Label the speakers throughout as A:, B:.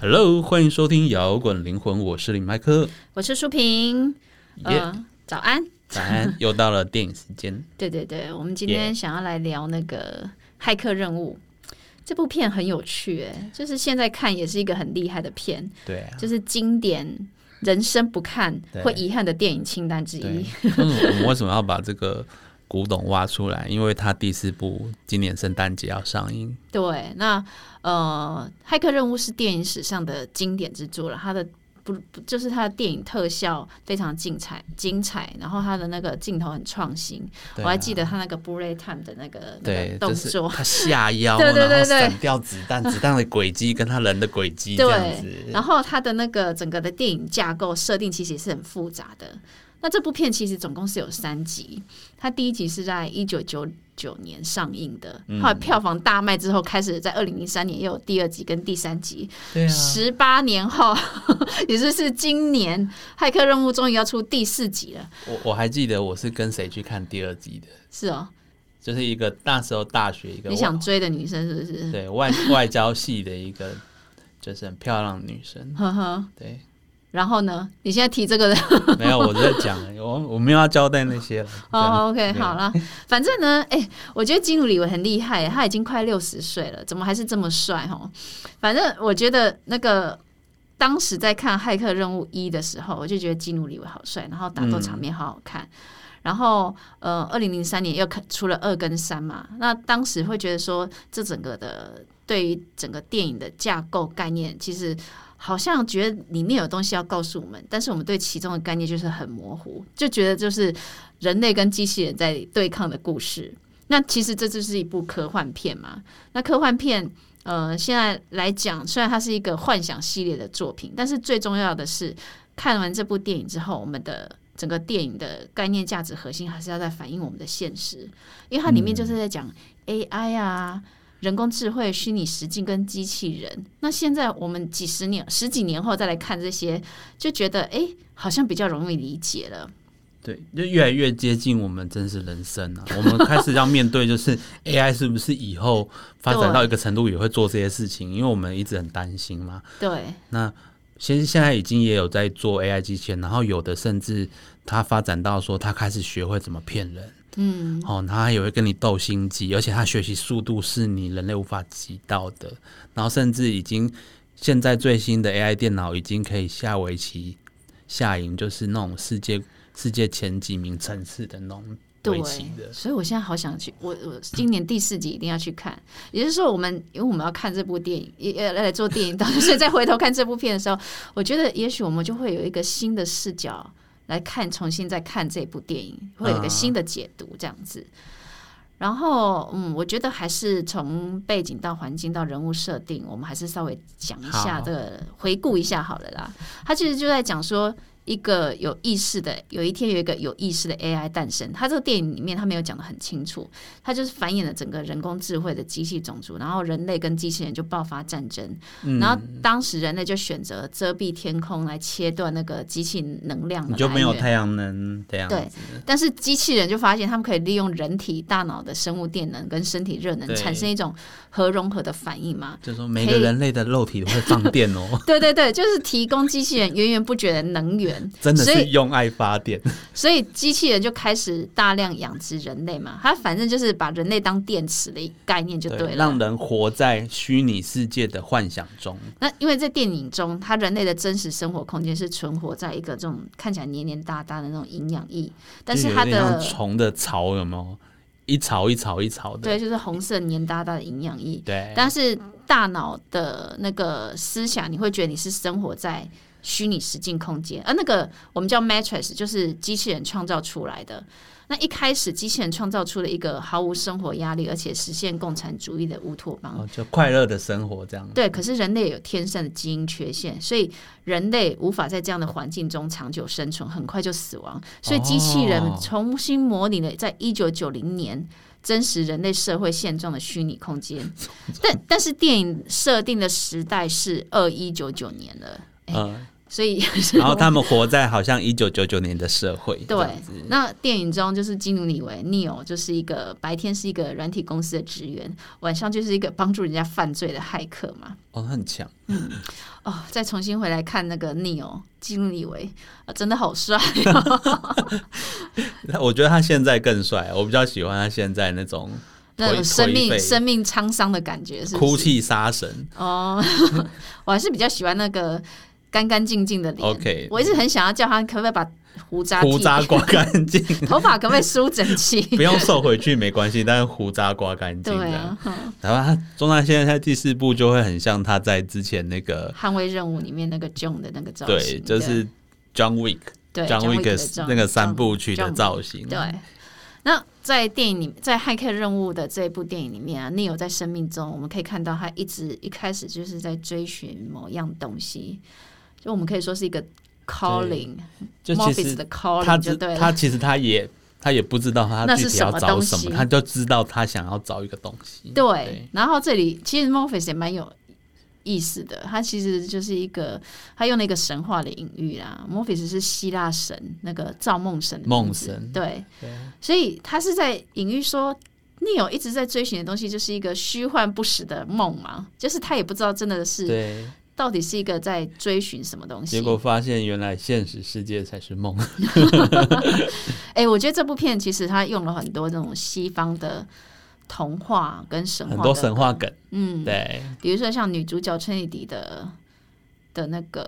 A: Hello，欢迎收听摇滚灵魂，我是林麦克。
B: 我是舒平，
A: 耶、
B: 呃，早安。
A: 早安，又到了电影时 间。
B: 对对对，我们今天想要来聊那个《骇客任务》这部片很有趣，哎，就是现在看也是一个很厉害的片，
A: 对啊，
B: 就是经典人生不看
A: 对
B: 会遗憾的电影清单之
A: 对
B: 一。。
A: 但是嗯我们为什么要把这个古董挖出来？因为它第四部今年圣诞节要上映。
B: 对，那呃，《骇客任务》是电影史上的经典之作了，它的。不不，就是它的电影特效非常精彩，精彩。然后它的那个镜头很创新，
A: 对啊
B: 我还记得它那个 b u r e time 的那个那
A: 对
B: 个，动
A: 就是
B: 作，
A: 他下腰，
B: 对对对
A: 然后
B: 对
A: 闪掉子弹，子弹的轨迹跟他人的轨迹这样子。
B: 然后它的那个整个的电影架构设定其实是很复杂的。那这部片其实总共是有三集，它第一集是在一九九九年上映的，
A: 嗯
B: 后来票房大卖之后，开始在二零零三年又有第二集跟第三集。
A: 对啊，
B: 十八、年后， 也就是今年《骇客任务》终于要出第四集了，
A: 我我还记得我是跟谁去看第二集的，
B: 是哦？
A: 就是一个那时候大学一个
B: 你
A: 外
B: 想追的女生是不是？
A: 对外外交系的一个，就是很漂亮的女生。
B: 呵呵。
A: 对，
B: 然后呢？你现在提这个的
A: 没有，我在讲，我我没有要交代那些了。
B: 哦、o k
A: 没有
B: 好了，反正呢，哎、我觉得基努里维很厉害耶，他已经快六十岁了，怎么还是这么帅哦？反正我觉得那个当时在看《骇客任务一》的时候，我就觉得基努里维好帅，然后打斗场面好好看。然后，呃，二零零三年又看出了二跟三嘛，那当时会觉得说，这整个的对于整个电影的架构概念，其实好像觉得里面有东西要告诉我们，但是我们对其中的概念就是很模糊，就觉得就是人类跟机器人在对抗的故事。那其实这就是一部科幻片嘛。那科幻片，呃，现在来讲，虽然它是一个幻想系列的作品，但是最重要的是，看完这部电影之后，我们的整个电影的概念、价值核心还是要在反映我们的现实，因为它里面就是在讲 AI 啊。人工智慧、虚拟实境跟机器人，那现在我们几十年、十几年后再来看这些，就觉得诶好像比较容易理解了。
A: 对，就越来越接近我们真实人生 了、我们开始要面对，就是 AI 是不是以后发展到一个程度也会做这些事情？因为我们一直很担心嘛。
B: 对，
A: 那其实现在已经也有在做 AI 机器人，然后有的甚至它发展到说它开始学会怎么骗人，
B: 嗯，
A: 哦，它也会跟你斗心机，而且它学习速度是你人类无法及到的。然后甚至已经现在最新的 AI 电脑已经可以下围棋、下赢，就是那种世界世界前几名城市的那种围
B: 对
A: 棋的，。
B: 所以我现在好想去，我我今年第四集一定要去看。也就是说，我们因为我们要看这部电影，也也来做电影导，所以再回头看这部片的时候， 我觉得也许我们就会有一个新的视角来看，重新再看这部电影，会有一个新的解读这样子。然后，嗯，我觉得还是从背景到环境到人物设定，我们还是稍微讲一下
A: 好
B: 这个，回顾一下好了啦。他其实就在讲说，一个有意识的，有一天有一个有意识的 AI 诞生。他这个电影里面他没有讲的很清楚，他就是繁衍了整个人工智慧的机器种族，然后人类跟机器人就爆发战争。
A: 嗯
B: 然后当时人类就选择遮蔽天空来切断那个机器能量的
A: 你就没有
B: 来源
A: 太阳能这样
B: 对
A: 子，
B: 但是机器人就发现，他们可以利用人体大脑的生物电能跟身体热能，
A: 对
B: 产生一种核融合的反应嘛。
A: 就说每个人类的肉体都会放电 哦，
B: 对对对，就是提供机器人源源不绝的能源
A: ，真的
B: 所
A: 是
B: 以
A: 用爱发电。
B: 所以机器人就开始大量养殖人类嘛，它反正就是把人类当电池的一个概念就对了
A: 让。人活在虚拟世界的幻想中。
B: 那因为在电影中，它人类的真实生活空间是存活在一个这种看起来黏黏哒哒的那种营养液，但
A: 就是有
B: 它
A: 点像
B: 的
A: 虫的巢有没有？一巢一巢一巢的，
B: 对就是红色黏哒哒的营养液，
A: 对，
B: 但是大脑的那个思想，你会觉得你是生活在虚拟实境空间，而那个我们叫 matrix，就是机器人创造出来的。那一开始，机器人创造出了一个毫无生活压力，而且实现共产主义的乌托邦。
A: 哦就快乐的生活这样。
B: 对，可是人类有天生的基因缺陷，所以人类无法在这样的环境中长久生存，很快就死亡。所以机器人
A: 哦
B: 重新模拟了在一九九零年真实人类社会现状的虚拟空间，但但是电影设定的时代是二一九九年了。哎
A: 嗯，
B: 所以
A: 然后他们活在好像一九九九年的社会，
B: 对，那电影中就是基努里维 Neil 就是一个白天是一个软体公司的职员，晚上就是一个帮助人家犯罪的骇客嘛。
A: 哦，他很强，
B: 哦，再重新回来看那个 Neil 基努里维、啊，真的 好帅、哦，
A: 我觉得他现在更帅，我比较喜欢他现在那种
B: 那种
A: 颓
B: 生
A: 颓
B: 命
A: 废
B: 生命沧桑的感觉，是不
A: 哭
B: 是？
A: 泣杀神。
B: 哦， 我还是比较喜欢那个干干净净的脸。
A: OK
B: 我一直很想要叫他可不可以把胡渣
A: 胡
B: 剃
A: 渣
B: 掉
A: 刮干净，
B: 头发可不可以梳整 齐？
A: 不用瘦回去没关系，但是胡渣刮干净
B: 对
A: 这
B: 啊
A: 样。，
B: 哼
A: 然后他中大现在在第四部就会很像他在之前那个，
B: 捍卫任务里面那个 John 的那个造
A: 对，
B: 型，
A: 就是 John Wick、
B: 对
A: John Wick
B: 的
A: 的
B: John，
A: 那个三部曲的
B: John-
A: 造型。
B: 对。那在电影里，在《骇客任务》的这一部电影里面啊，Neil 在生命中，我们可以看到他一直一开始就是在追寻某样东西，就我们可以说是一个 calling，Morpheus
A: 就其实
B: 的
A: 他
B: calling 就
A: 知
B: 对
A: 他
B: 了。
A: 其实他也他也不知道他
B: 那
A: 具
B: 是
A: 体
B: 什
A: 要
B: 么
A: 找
B: 东
A: 什
B: 西
A: 么，他就知道他想要找一个东西。
B: 对，然后这里其实 Morpheus 也蛮有意思的，他其实就是一个他用了一个神话的隐喻啦。Morpheus 是希腊神那个造梦神的名
A: 梦
B: 字
A: 神
B: 对，啊
A: 对
B: 所以他是在隐喻说。你有一直在追寻的东西，就是一个虚幻不实的梦嘛，就是他也不知道真的是
A: 对，
B: 到底是一个在追寻什么东西。
A: 结果发现原来现实世界才是梦。
B: 哎、我觉得这部片其实它用了很多那种西方的童话跟神话，
A: 很多神话，梗，
B: 嗯，
A: 对，
B: 比如说像女主角春丽迪的的那个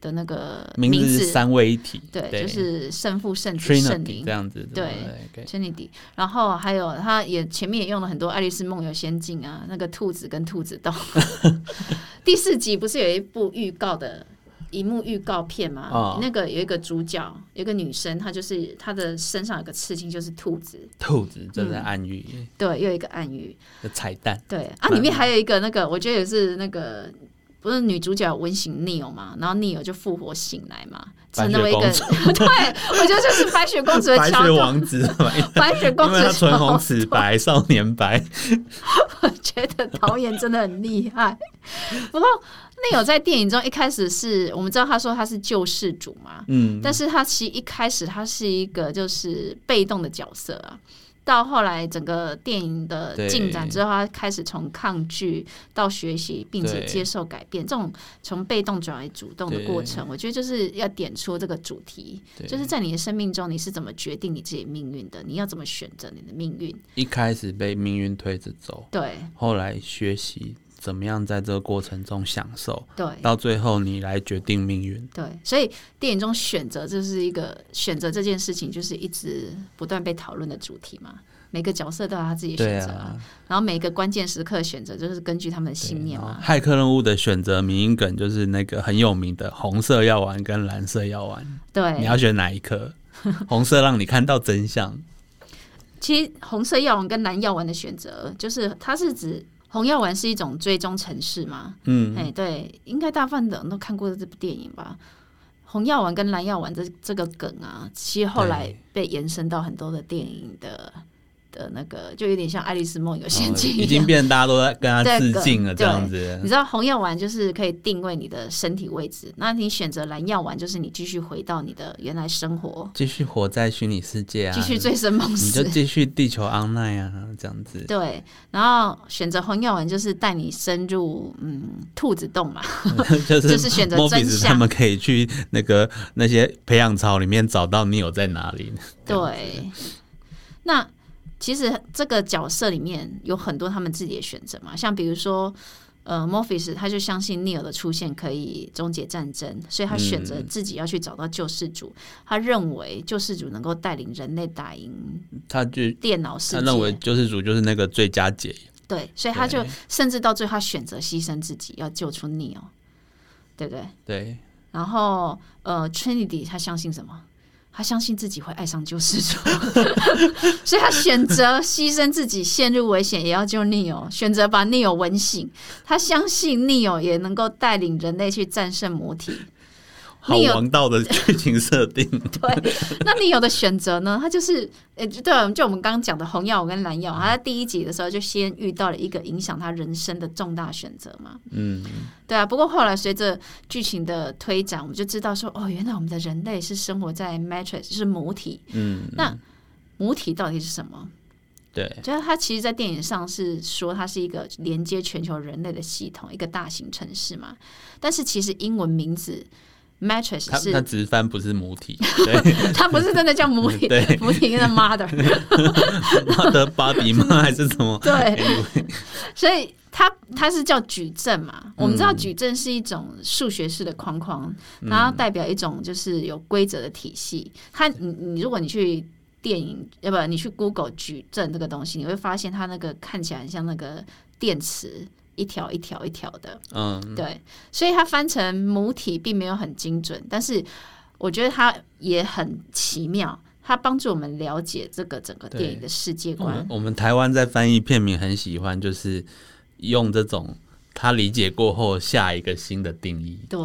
B: 的那个
A: 名字是
B: 字，
A: 三位一体，
B: 对，就是圣父、圣子、圣
A: Trinity
B: 灵
A: 这。样子，
B: 对
A: ，OK，
B: 春丽迪，然后还有她也前面也用了很多《爱丽丝梦游仙境》啊，那个兔子跟兔子 洞。第四集不是有一部预告的一幕预告片吗？
A: 哦
B: 那个有一个主角，有一个女生，她就是她的身上有个刺青，就是兔子，
A: 兔子正在
B: 嗯
A: 暗喻
B: 对，又有一个暗语，
A: 的彩蛋，
B: 对啊，
A: 蛮
B: 里面还有一个那个，我觉得也是那个，不是女主角温醒 Neo 嘛，然后 Neo 就复活醒来嘛，
A: 白
B: 成
A: 雪
B: 为一个，
A: 公
B: 对我觉得就是白雪公主的
A: 白
B: 桥
A: 雪
B: 段，
A: 王子嘛，因
B: 白雪公主
A: 为
B: 的
A: 他唇
B: 桥
A: 红
B: 段，
A: 齿白，少年 白，
B: 我 觉得导演真的很厉害。不过 Neo 在电影中一开始是我们知道他说他是救世主嘛，
A: 嗯，
B: 但是他其实一开始他是一个就是被动的角色啊，到后来整个电影的
A: 对
B: 进展之后，他开始从抗拒到学习，并且接受改变，这种从被动转为主动的过程，我觉得就是要点出这个主题，
A: 对
B: 就是在你的生命中你是怎么决定你自己命运的，你要怎么选择你的命运，
A: 一开始被命运推着走，
B: 对
A: 后来学习怎么样在这个过程中享受，
B: 对。
A: 到最后你来决定命运，
B: 对，所以电影中选择就是一个选择这件事情，就是一直不断被讨论的主题嘛。每个角色都有他自己的
A: 对
B: 选择、
A: 啊，
B: 然后每个关键时刻的选择就是根据他们的信念啊
A: 然后
B: 嘛。
A: 骇客任务的选择迷因梗就是那个很有名的红色药丸跟蓝色药丸。你
B: 对，
A: 要选哪一 颗？红色让你看到真相，
B: 其实红色药丸跟蓝药丸的选择，就是它是指红药丸是一种追踪城市嘛。
A: 嗯，
B: 哎、对，应该大部分人都看过这部电影吧。红药丸跟蓝药丸这这个梗啊，其实后来
A: 对
B: 被延伸到很多的电影的的那个，就有点像《爱丽丝梦游仙境》
A: 哦已
B: 一样
A: 经。变大家都在跟他
B: 对
A: 致敬了，
B: 对
A: 这样子
B: 你。知道红药丸就是可以定位你的身体位置，那你选择蓝药丸就是你继续回到你的原来生活，
A: 继续活在虚拟世界啊，
B: 继续醉生梦
A: 你就
B: 死。
A: 继续地球 online 啊，这样子。
B: 对，然后选择红药丸就是带你深入嗯兔子洞嘛，
A: 就是
B: 就是选择
A: m o
B: 真
A: b i
B: 相
A: 他们可以去那个那些培养槽里面找到你有在哪里。
B: 对。那其实这个角色里面有很多他们自己的选择嘛，像比如说呃 Morpheus 他就相信 Neo 的出现可以终结战争，所以他选
A: 嗯
B: 择自己要去找到救世主，他认为救世主能够带领人类打赢
A: 他就
B: 电脑世
A: 他
B: 界，
A: 认为救世主就是那个最佳解药，
B: 对，所以他就
A: 对
B: 甚至到最后他选择牺牲自己要救出 Neo，对不对？
A: 对，
B: 然后呃，Trinity 他相信什么？他相信自己会爱上救世主， 所以他选择牺牲自己，陷入危险也要救 Neo，选择把 Neo 吻醒。他相信 Neo 也能够带领人类去战胜魔体。
A: 好
B: 你有
A: 王道的剧情设定。
B: 对，那你有的选择呢？他就是，呃、就对啊，就我们刚刚讲的红药丸跟蓝药丸，他在第一集的时候就先遇到了一个影响他人生的重大选择嘛。
A: 嗯，
B: 对啊，不过后来随着剧情的推展，我们就知道说，哦，原来我们的人类是生活在 Matrix，就是母体。
A: 嗯，
B: 那母体到底是什么？
A: 对，
B: 就是它其实，在电影上是说它是一个连接全球人类的系统，一个大型城市嘛。但是其实英文名字 Matrix
A: 他
B: 是
A: 他直翻不是母体，对
B: 它不是真的叫母体
A: 对，
B: 母体跟 mother，
A: 他的 body 吗？还是什么？
B: 对，
A: Anyway，嗯
B: 所以它它是叫矩阵嘛。我们知道矩阵是一种数学式的框框，
A: 嗯
B: 然后代表一种就是有规则的体系。它你你如果你去电影，呃要不你去 Google 矩阵这个东西，你会发现它那个看起来很像那个电池。一条一条一条的，
A: 嗯，
B: 对，所以它翻成母体并没有很精准，但是我觉得它也很奇妙，它帮助我们了解这个整个电影的世界
A: 我
B: 观
A: 们。我们台湾在翻译片名很喜欢，就是用这种他理解过后下一个新的定义。
B: 对，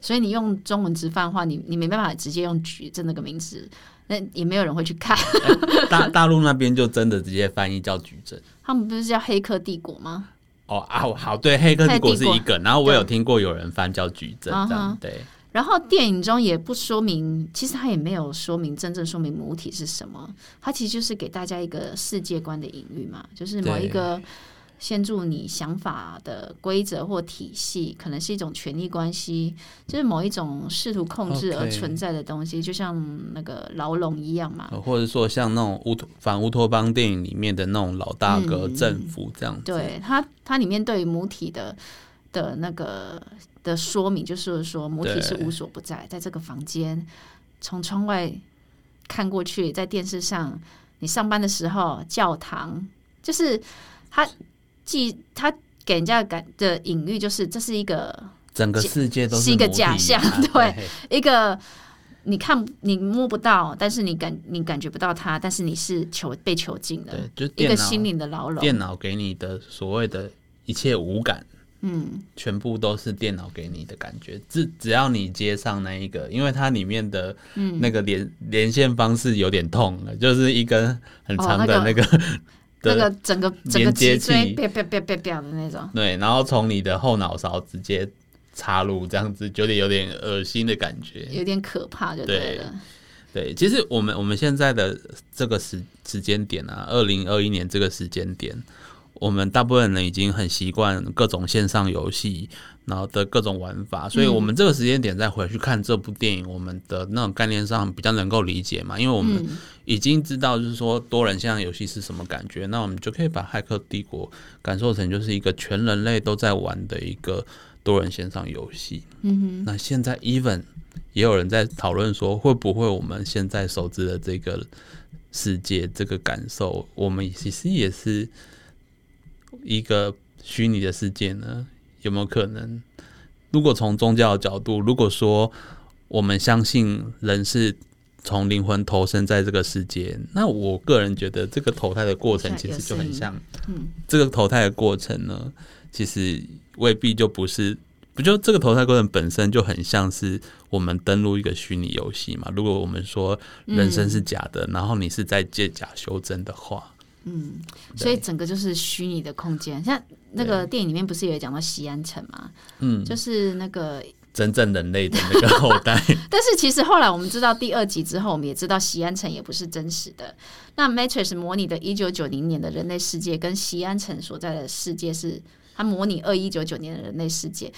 B: 所以你用中文直翻的话，你你没办法直接用“矩阵”那个名字，那也没有人会去看。
A: 大大陆那边就真的直接翻译叫矩阵。
B: 他们不是叫《黑客帝国》吗？
A: 哦啊，好，对，黑客帝国是一个，然后我有听过有人翻叫矩阵这
B: 嗯
A: 样
B: 哼，
A: 对，
B: 然后电影中也不说明，其实它也没有说明真正说明母体是什么，它其实就是给大家一个世界观的隐喻嘛，就是某
A: 对
B: 一个限制你想法的规则或体系，可能是一种权力关系，就是某一种试图控制而
A: OK
B: 存在的东西就像那个牢笼一样嘛。
A: 呃或者说像那种乌托反乌托邦电影里面的那种老大哥
B: 嗯
A: 政府这样子，
B: 对它，它里面对于母体的的那个的说明，就是说母体是
A: 对
B: 无所不在，在这个房间，从窗外看过去，在电视上，你上班的时候，教堂，就是它既它给人家的感的隐喻，就是这是一个
A: 整个世界都
B: 是一个
A: 母体
B: 假象
A: 啊
B: 对一个。你看，你摸不到，但是你感你感觉不到它，但是你是囚被囚禁的，
A: 对，就
B: 嗯一
A: 电
B: 个心
A: 脑
B: 灵的牢笼。
A: 电脑给你的所谓的一切无感，嗯，全部都是电脑给你的感觉，只只要你接上那一个，因为它里面的
B: 嗯
A: 那个连、连线方式有点痛了，就是一根很
B: 哦
A: 长
B: 那
A: 的
B: 个
A: 那个
B: 那
A: 的
B: 个整个整个
A: 连接
B: 脊椎
A: 器
B: 啪啪啪啪啪的那种。
A: 对，然后从你的后脑勺直接插入，这样子觉得有点恶心的感觉。
B: 有点可怕，就对了。
A: 对，其实我们我们现在的这个时时间点啊，二零二一年这个时间点，我们大部分人已经很习惯各种线上游戏，然后的各种玩法，所以我们这个时间点再回去看这部电影，我们的那种概念上比较能够理解嘛，因为我们已经知道就是说多人线上游戏是什么感觉，那我们就可以把《骇客帝国》感受成就是一个全人类都在玩的一个多人线上游戏。嗯哼，那现在 even 也有人在讨论说，会不会我们现在熟知的这个世界这个感受，我们其实也是一个虚拟的世界呢？有没有可能？如果从宗教的角度，如果说我们相信人是从灵魂投身在这个世界，那我个人觉得这个投胎的过程
B: 像
A: 其
B: 有
A: 实就
B: 声
A: 很
B: 音
A: 像，
B: 嗯，
A: 这个投胎的过程呢，其实未必就不是，不就这个投胎过程本身就很像是我们登录一个虚拟游戏嘛。如果我们说人生
B: 嗯
A: 是假的，然后你是在借假修真的话，
B: 所以整个就是虚拟的空间。像那个电影里面不是也讲到西安城嘛？嗯，就是那个。
A: 真正人类的那个 后代，
B: 但是其实后来我们知道第二集之后，我们也知道西安城也不是真实的。那 Matrix 模拟的1990年的人类世界跟西安城所在的世界是，它模拟2199年的人类世界。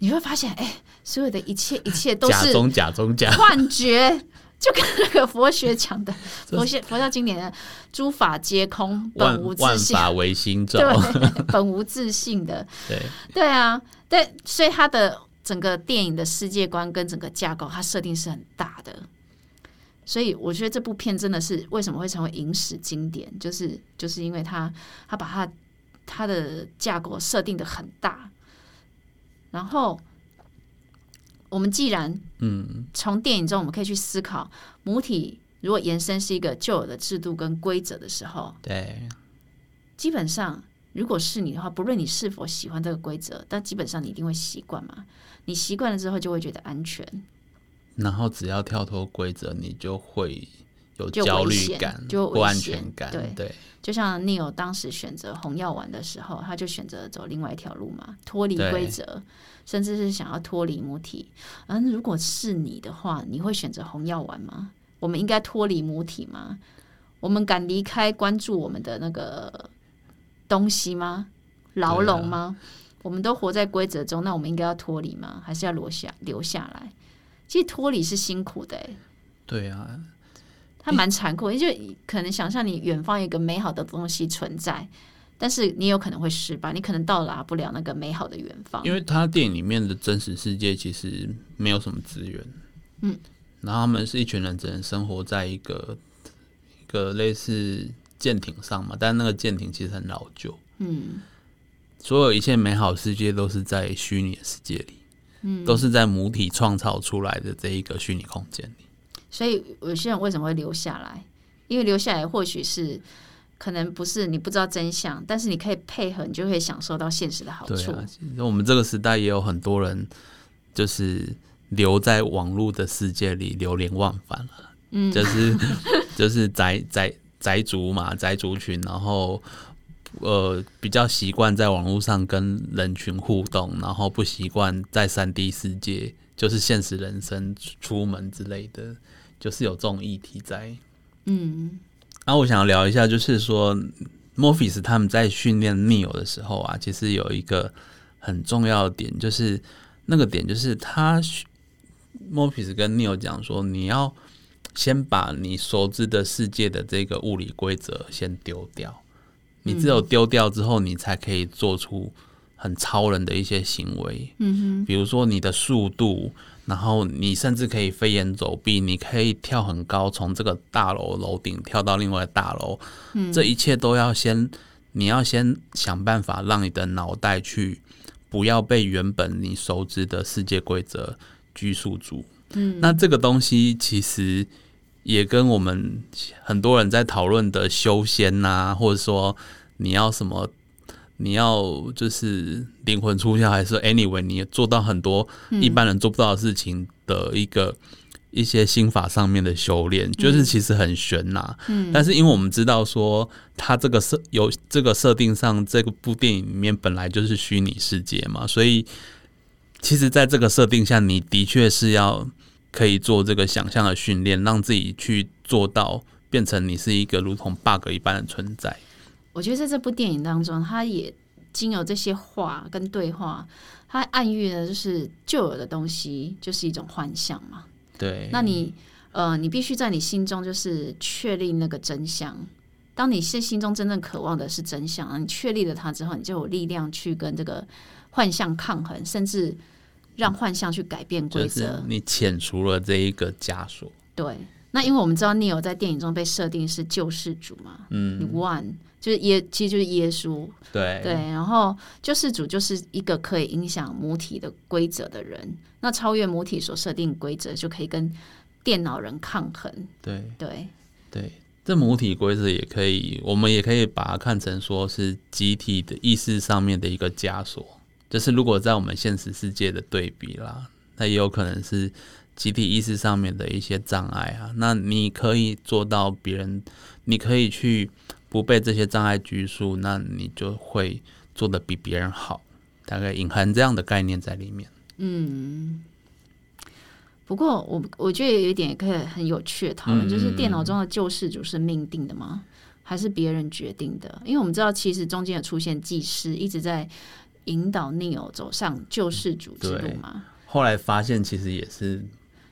B: 你会发现，哎、所有的一切一切都
A: 假
B: 是
A: 中假中假，
B: 幻觉，就跟那个佛学 讲的佛学佛教经典的“诸法皆空，
A: 万
B: 本无自
A: 万
B: 性
A: 法唯心”，咒，
B: 对，本无自性的，
A: 对
B: 对啊，对，所以它的整个电影的世界观跟整个架构，它设定是很大的。所以我觉得这部片真的是为什么会成为影史经典，就是就是因为它它把它它的架构设定的很大，然后我们既然嗯从电影中我们可以去思考母体如果延伸是一个旧有的制度跟规则的时候，
A: 对
B: 基本上，如果是你的话，不论你是否喜欢这个规则，但基本上你一定会习惯嘛。你习惯了之后，就会觉得安全。
A: 然后只要跳脱规则，你就会有
B: 就
A: 焦
B: 危
A: 虑
B: 险
A: 感、
B: 就
A: 不
B: 危
A: 安
B: 险
A: 全感。
B: 对
A: 对
B: 就像 Neil 当时选择红药丸的时候，他就选择走另外一条路嘛，脱离
A: 对
B: 规则，甚至是想要脱离母体。嗯，如果是你的话，你会选择红药丸吗？我们应该脱离母体吗？我们敢离开关注我们的那个东西吗？牢笼吗？我们都活在规则中，那我们应该要脱离吗？还是要留下留下来？其实脱离是辛苦的、欸，
A: 对啊，
B: 它蛮残酷，因为就可能想象你远方有一个美好的东西存在，但是你有可能会失败，你可能到达不了那个美好的远方。
A: 因为他电影里面的真实世界其实没有什么资源，嗯，然后他们是一群人，只能生活在一个一个类似舰艇上嘛，但那个舰艇其实很老旧，
B: 嗯，
A: 所有一切美好世界都是在虚拟的世界里，嗯，都是在母体创造出来的这一个虚拟空间里。
B: 所以有些人为什么会留下来？因为留下来或许是可能不是你不知道真相，但是你可以配合，你就会享受到现实的好
A: 对
B: 处。
A: 啊，其实我们这个时代也有很多人就是留在网络的世界里流连忘返了、嗯，就是 就是宅宅宅族嘛，宅族群，然后呃比较习惯在网络上跟人群互动，然后不习惯在三 D 世界，就是现实人生出出门之类的，就是有这种议题在。
B: 嗯
A: 然后我想要聊一下，就是说 Morpheus 他们在训练 Neo 的时候啊，其实有一个很重要的点，就是那个点就是他 Morpheus 跟 Neo 讲说，你要先把你熟知的世界的这个物理规则先丢掉，你只有丢掉之后，你才可以做出很超人的一些行为。
B: 嗯
A: 比如说你的速度，然后你甚至可以飞檐走壁，你可以跳很高，从这个大楼楼顶跳到另外大楼，这一切都要先，你要先想办法让你的脑袋去不要被原本你熟知的世界规则拘束住。嗯，那这个东西其实也跟我们很多人在讨论的修仙呐、或者说你要什么你要就是灵魂出窍，还是 anyway 你也做到很多一般人做不到的事情的一个、一些心法上面的修炼，
B: 嗯
A: 就是其实很悬呐、嗯，但是因为我们知道说，它这个设有这个设定上，这个部电影里面本来就是虚拟世界嘛，所以其实在这个设定下，你的确是要可以做这个想象的训练，让自己去做到变成你是一个如同 bug 一般的存在。
B: 哼，我觉得在这部电影当中，他也经由这些话跟对话，他暗喻的就是旧有的东西就是一种幻象嘛。
A: 对，
B: 那你呃，你必须在你心中就是确立那个真相。当你是心中真正渴望的是真相，你确立了它之后，你就有力量去跟这个幻象抗衡，甚至让幻象去改变规
A: 就
B: 则。
A: 是你遣除了这一个枷锁，
B: 对，那因为我们知道 Neo 在电影中被设定是救世主嘛，嗯，One 就是耶，其实就是耶稣，
A: 对
B: 对，然后救世主就是一个可以影响母体的规则的人，那超越母体所设定规则，就可以跟电脑人抗衡，
A: 对
B: 对，
A: 对，这母体规则也可以，我们也可以把它看成说是集体的意识上面的一个枷锁，就是如果在我们现实世界的对比啦，那也有可能是集体意识上面的一些障碍啊。那你可以做到别人，你可以去不被这些障碍拘束，那你就会做的比别人好，大概隐含这样的概念在里面。
B: 不过我我觉得有一点也可以很有趣的讨论，
A: 嗯
B: 就是电脑中的救世主是命定的吗？还是别人决定的？因为我们知道，其实中间有出现技师一直在引导 Neo 走上救世主之路嘛。
A: 后来发现其实也是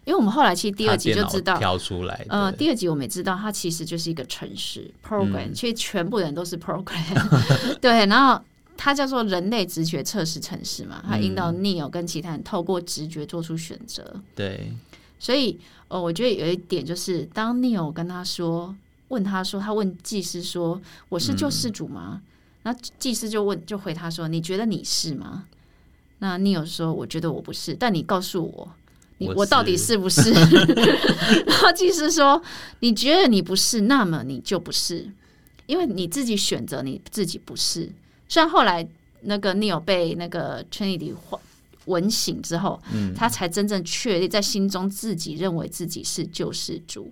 B: 因为我们后来其实第二
A: 他
B: 集就
A: 电脑
B: 知道，
A: 挑出来的，
B: 呃，第二集我们也知道，它其实就是一个程式 program，、其实全部人都是 program，对，然后。它叫做人类直觉测试程式嘛，它引导 Neo 跟其他人透过直觉做出选择。
A: 对
B: 所以，呃，我觉得有一点就是，当 Neo 跟他说，问他说，他问祭司说：“我是救世主吗？”那祭司就问，就回他说：“你觉得你是吗？”那 Neo 说：“我觉得我不是，但你告诉我，你
A: 我
B: 我到底是不 是？”然后祭司说：“你觉得你不是，那么你就不是，因为你自己选择你自己不是。”虽然后来那个 Neo 被那个 Trinity 换文醒之后，他才真正确立在心中自己认为自己是救世主。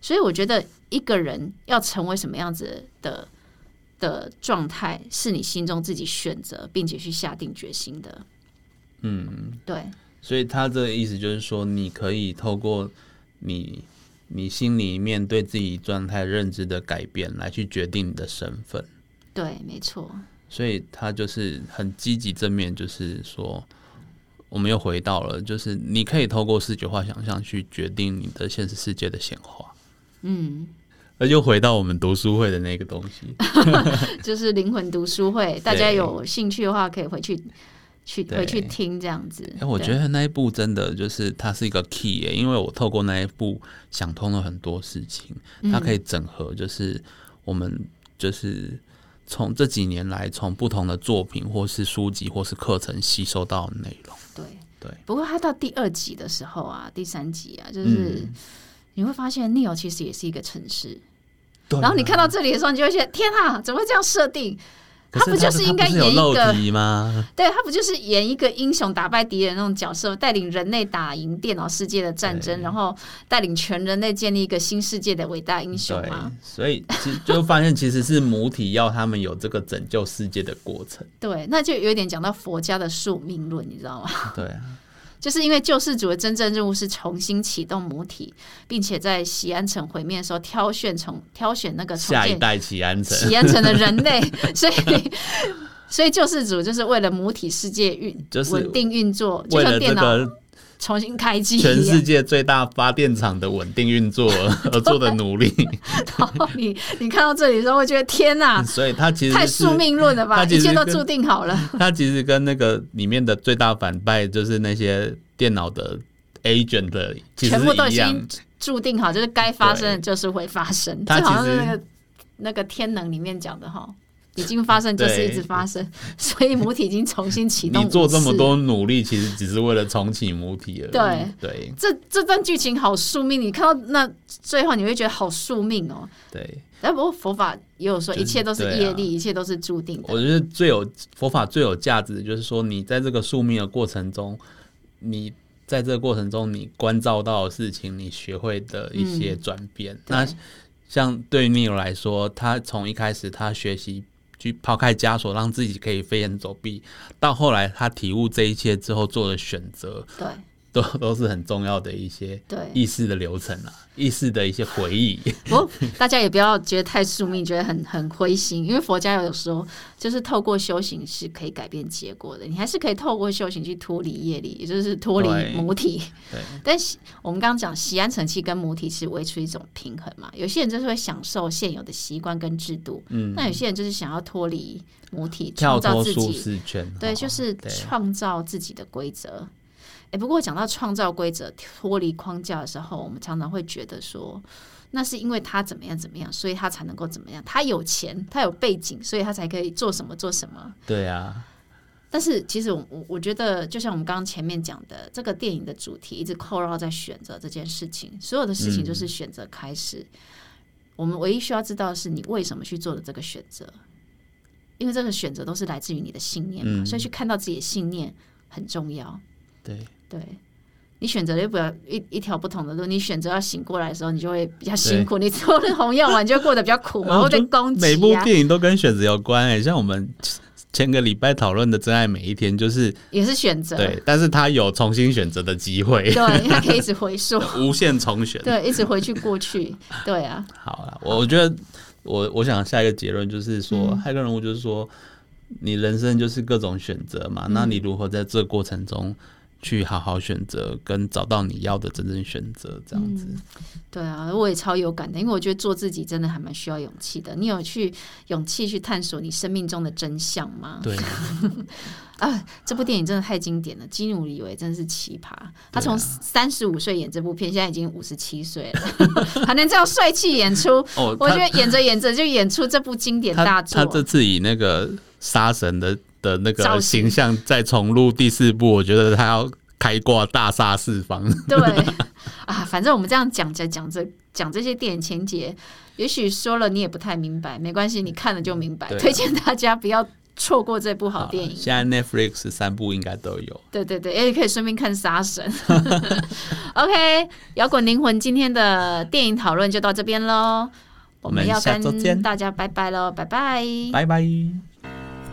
B: 所以我觉得一个人要成为什么样子的的状态，是你心中自己选择并且去下定决心的。嗯，对，
A: 所以他这个意思就是说，你可以透过你你心里面对自己状态认知的改变，来去决定你的身份。
B: 对，没错。
A: 所以他就是很积极正面，就是说，我们又回到了，就是你可以透过视觉化想象去决定你的现实世界的显化。
B: 嗯，
A: 那就回到我们读书会的那个东西，
B: 就是灵魂读书会，大家有兴趣的话可以回去去
A: 对
B: 回去听这样子。
A: 哎、我
B: 对
A: 觉得那一部真的就是它是一个 key，、耶，因为我透过那一部想通了很多事情，它
B: 嗯
A: 可以整合，就是我们就是从这几年来从不同的作品或是书籍或是课程吸收到的内容。
B: 对
A: 对。
B: 不过他到第二集的时候啊，第三集啊，就是、
A: 嗯
B: 你会发现 Neo 其实也是一个城市。
A: 对啊
B: 然后你看到这里的时候，你就会觉得天啊，怎么会这样设定？
A: 可是
B: 它不就是
A: 它
B: 应该
A: 它不是有
B: 演一个
A: 肉体吗？
B: 对他不就是演一个英雄打败敌人那种角色，带领人类打赢电脑世界的战争，然后带领全人类建立一个新世界的伟大英雄
A: 对
B: 吗？，
A: 所以其实就发现其实是母体要他们有这个拯救世界的过程。
B: 对，那就有点讲到佛家的宿命论，你知道吗？
A: 对啊，
B: 就是因为救世主的真正任务是重新启动母体，并且在西安城毁灭的时候挑选重挑选那个呃重
A: 下一
B: 建
A: 代齐安城，
B: 西安城的人 类，所以。所以救世主就是为了母体世界运
A: 就是
B: 稳定运作，就
A: 为了
B: 像
A: 这
B: 电脑
A: 个
B: 重新开机一样。
A: 全世界最大发电厂的稳定运作而做的努 力，
B: 然后你你看到这里的时候，会觉得天哪、
A: 所以它 其实
B: 太
A: 是
B: 宿命论了吧？
A: 它其
B: 一
A: 实
B: 切都
A: 跟
B: 注定好了。
A: 它其实跟那个里面的最大反派就是那些电脑的 agent 的其实
B: 全部都
A: 是
B: 已
A: 一样
B: 经，注定好，就是该发生的就是会发生。
A: 它
B: 这
A: 其
B: 好像是
A: 实
B: 那个那个天能里面讲的哈，已经发生就是一直
A: 对
B: 发生，所以母体已经重新启动。
A: 你做这么，多努力，其实只是为了重启母体而已。对
B: 这这段剧情好宿命，你看到那最后你会觉得好宿命哦。
A: 对对，
B: 哎，不过佛法也有说，
A: 就是
B: 一切都是
A: 对啊
B: 业力，一切都是注定的。
A: 我觉得最有佛法最有价值，的就是说你在这个宿命的过程中，你在这个过程中你关照到的事情，你学会的一些转变。那
B: 嗯对
A: 像对于 Neil 来说，他从一开始他学习去抛开枷锁，让自己可以飞檐走壁，到后来他体悟这一切之后做的选择，
B: 对
A: 都都是很重要的一些
B: 对，
A: 意识的流程啊，意识的一些回忆。
B: 不过大家也不要觉得太宿命，觉得很很灰心，因为佛家有时候就是透过修行是可以改变结果的，你还是可以透过修行去脱离业力，也就是脱离
A: 对
B: 母体。
A: 对
B: 但是我们刚刚讲习安成器跟母体是维持一种平衡嘛，有些人就是会享受现有的习惯跟制度，
A: 嗯，
B: 那有些人就是想要脱离母体，
A: 跳脱
B: 创造自
A: 舒
B: 己
A: 适圈，
B: 对，
A: 哦
B: 就是
A: 对
B: 创造自己的规则。哎、不过讲到创造规则、脱离框架的时候，我们常常会觉得说，那是因为他怎么样怎么样，所以他才能够怎么样。他有钱，他有背景，所以他才可以做什么做什么。
A: 对啊，
B: 但是其实我我我觉得，就像我们刚刚前面讲的，这个电影的主题一直扣绕在选择这件事情，所有的事情就是选择开始。我们唯一需要知道的是你为什么去做的这个选择，因为这个选择都是来自于你的信念嘛，
A: 嗯
B: 所以去看到自己的信念很重要。
A: 对。
B: 对你选择了不要一一条不同的路，你选择要醒过来的时候，你就会比较辛苦。你做了红药丸，你就会过得比较苦嘛，
A: 然后
B: 会被
A: 就
B: 攻击、
A: 嗯
B: 啊。
A: 每部电影都跟选择有关诶、像我们前个礼拜讨论的《真爱每一天》，就是
B: 也是选择，
A: 对，但是他有重新选择的机 会，
B: 对，它可以一直回溯。
A: 无限重选。
B: 对，一直回去过去，对啊，
A: 好啦，我我觉得我我想下一个结论就是说，
B: 嗯
A: 还有一个人物就是说，你人生就是各种选择
B: 嗯
A: 嘛，那你如何在这个过程中去好好选择，跟找到你要的真正选择，这样子。
B: 对啊，我也超有感的，因为我觉得做自己真的还蛮需要勇气的。你有去勇气去探索你生命中的真相吗？
A: 对，
B: 啊，这部电影真的太经典了，基努里维真是奇葩，
A: 对啊
B: 他从三十五岁演这部片，现在已经五十七岁了， 还能这样帅气演出，
A: 哦，
B: 我
A: 他
B: 觉得演着演着就演出这部经典大
A: 他
B: 作
A: 他。这次以那个杀神的的那
B: 造
A: 个
B: 型
A: 形象再重录第四部，我觉得他要开挂大杀四方。
B: 对啊，反正我们这样讲着讲着讲这些电影情节，也许说了你也不太明白，没关系，你看了就明白。
A: 对啊
B: 推荐大家不要错过这部好电 影。
A: 现在 Netflix 三部应该都有。
B: 对对对，也可以顺便看《杀神》。OK，摇滚灵魂今天的电影讨论就到这边喽，
A: 我
B: 我们
A: 们
B: 要
A: 下周见
B: 跟大家拜拜喽，拜拜。
A: 拜拜。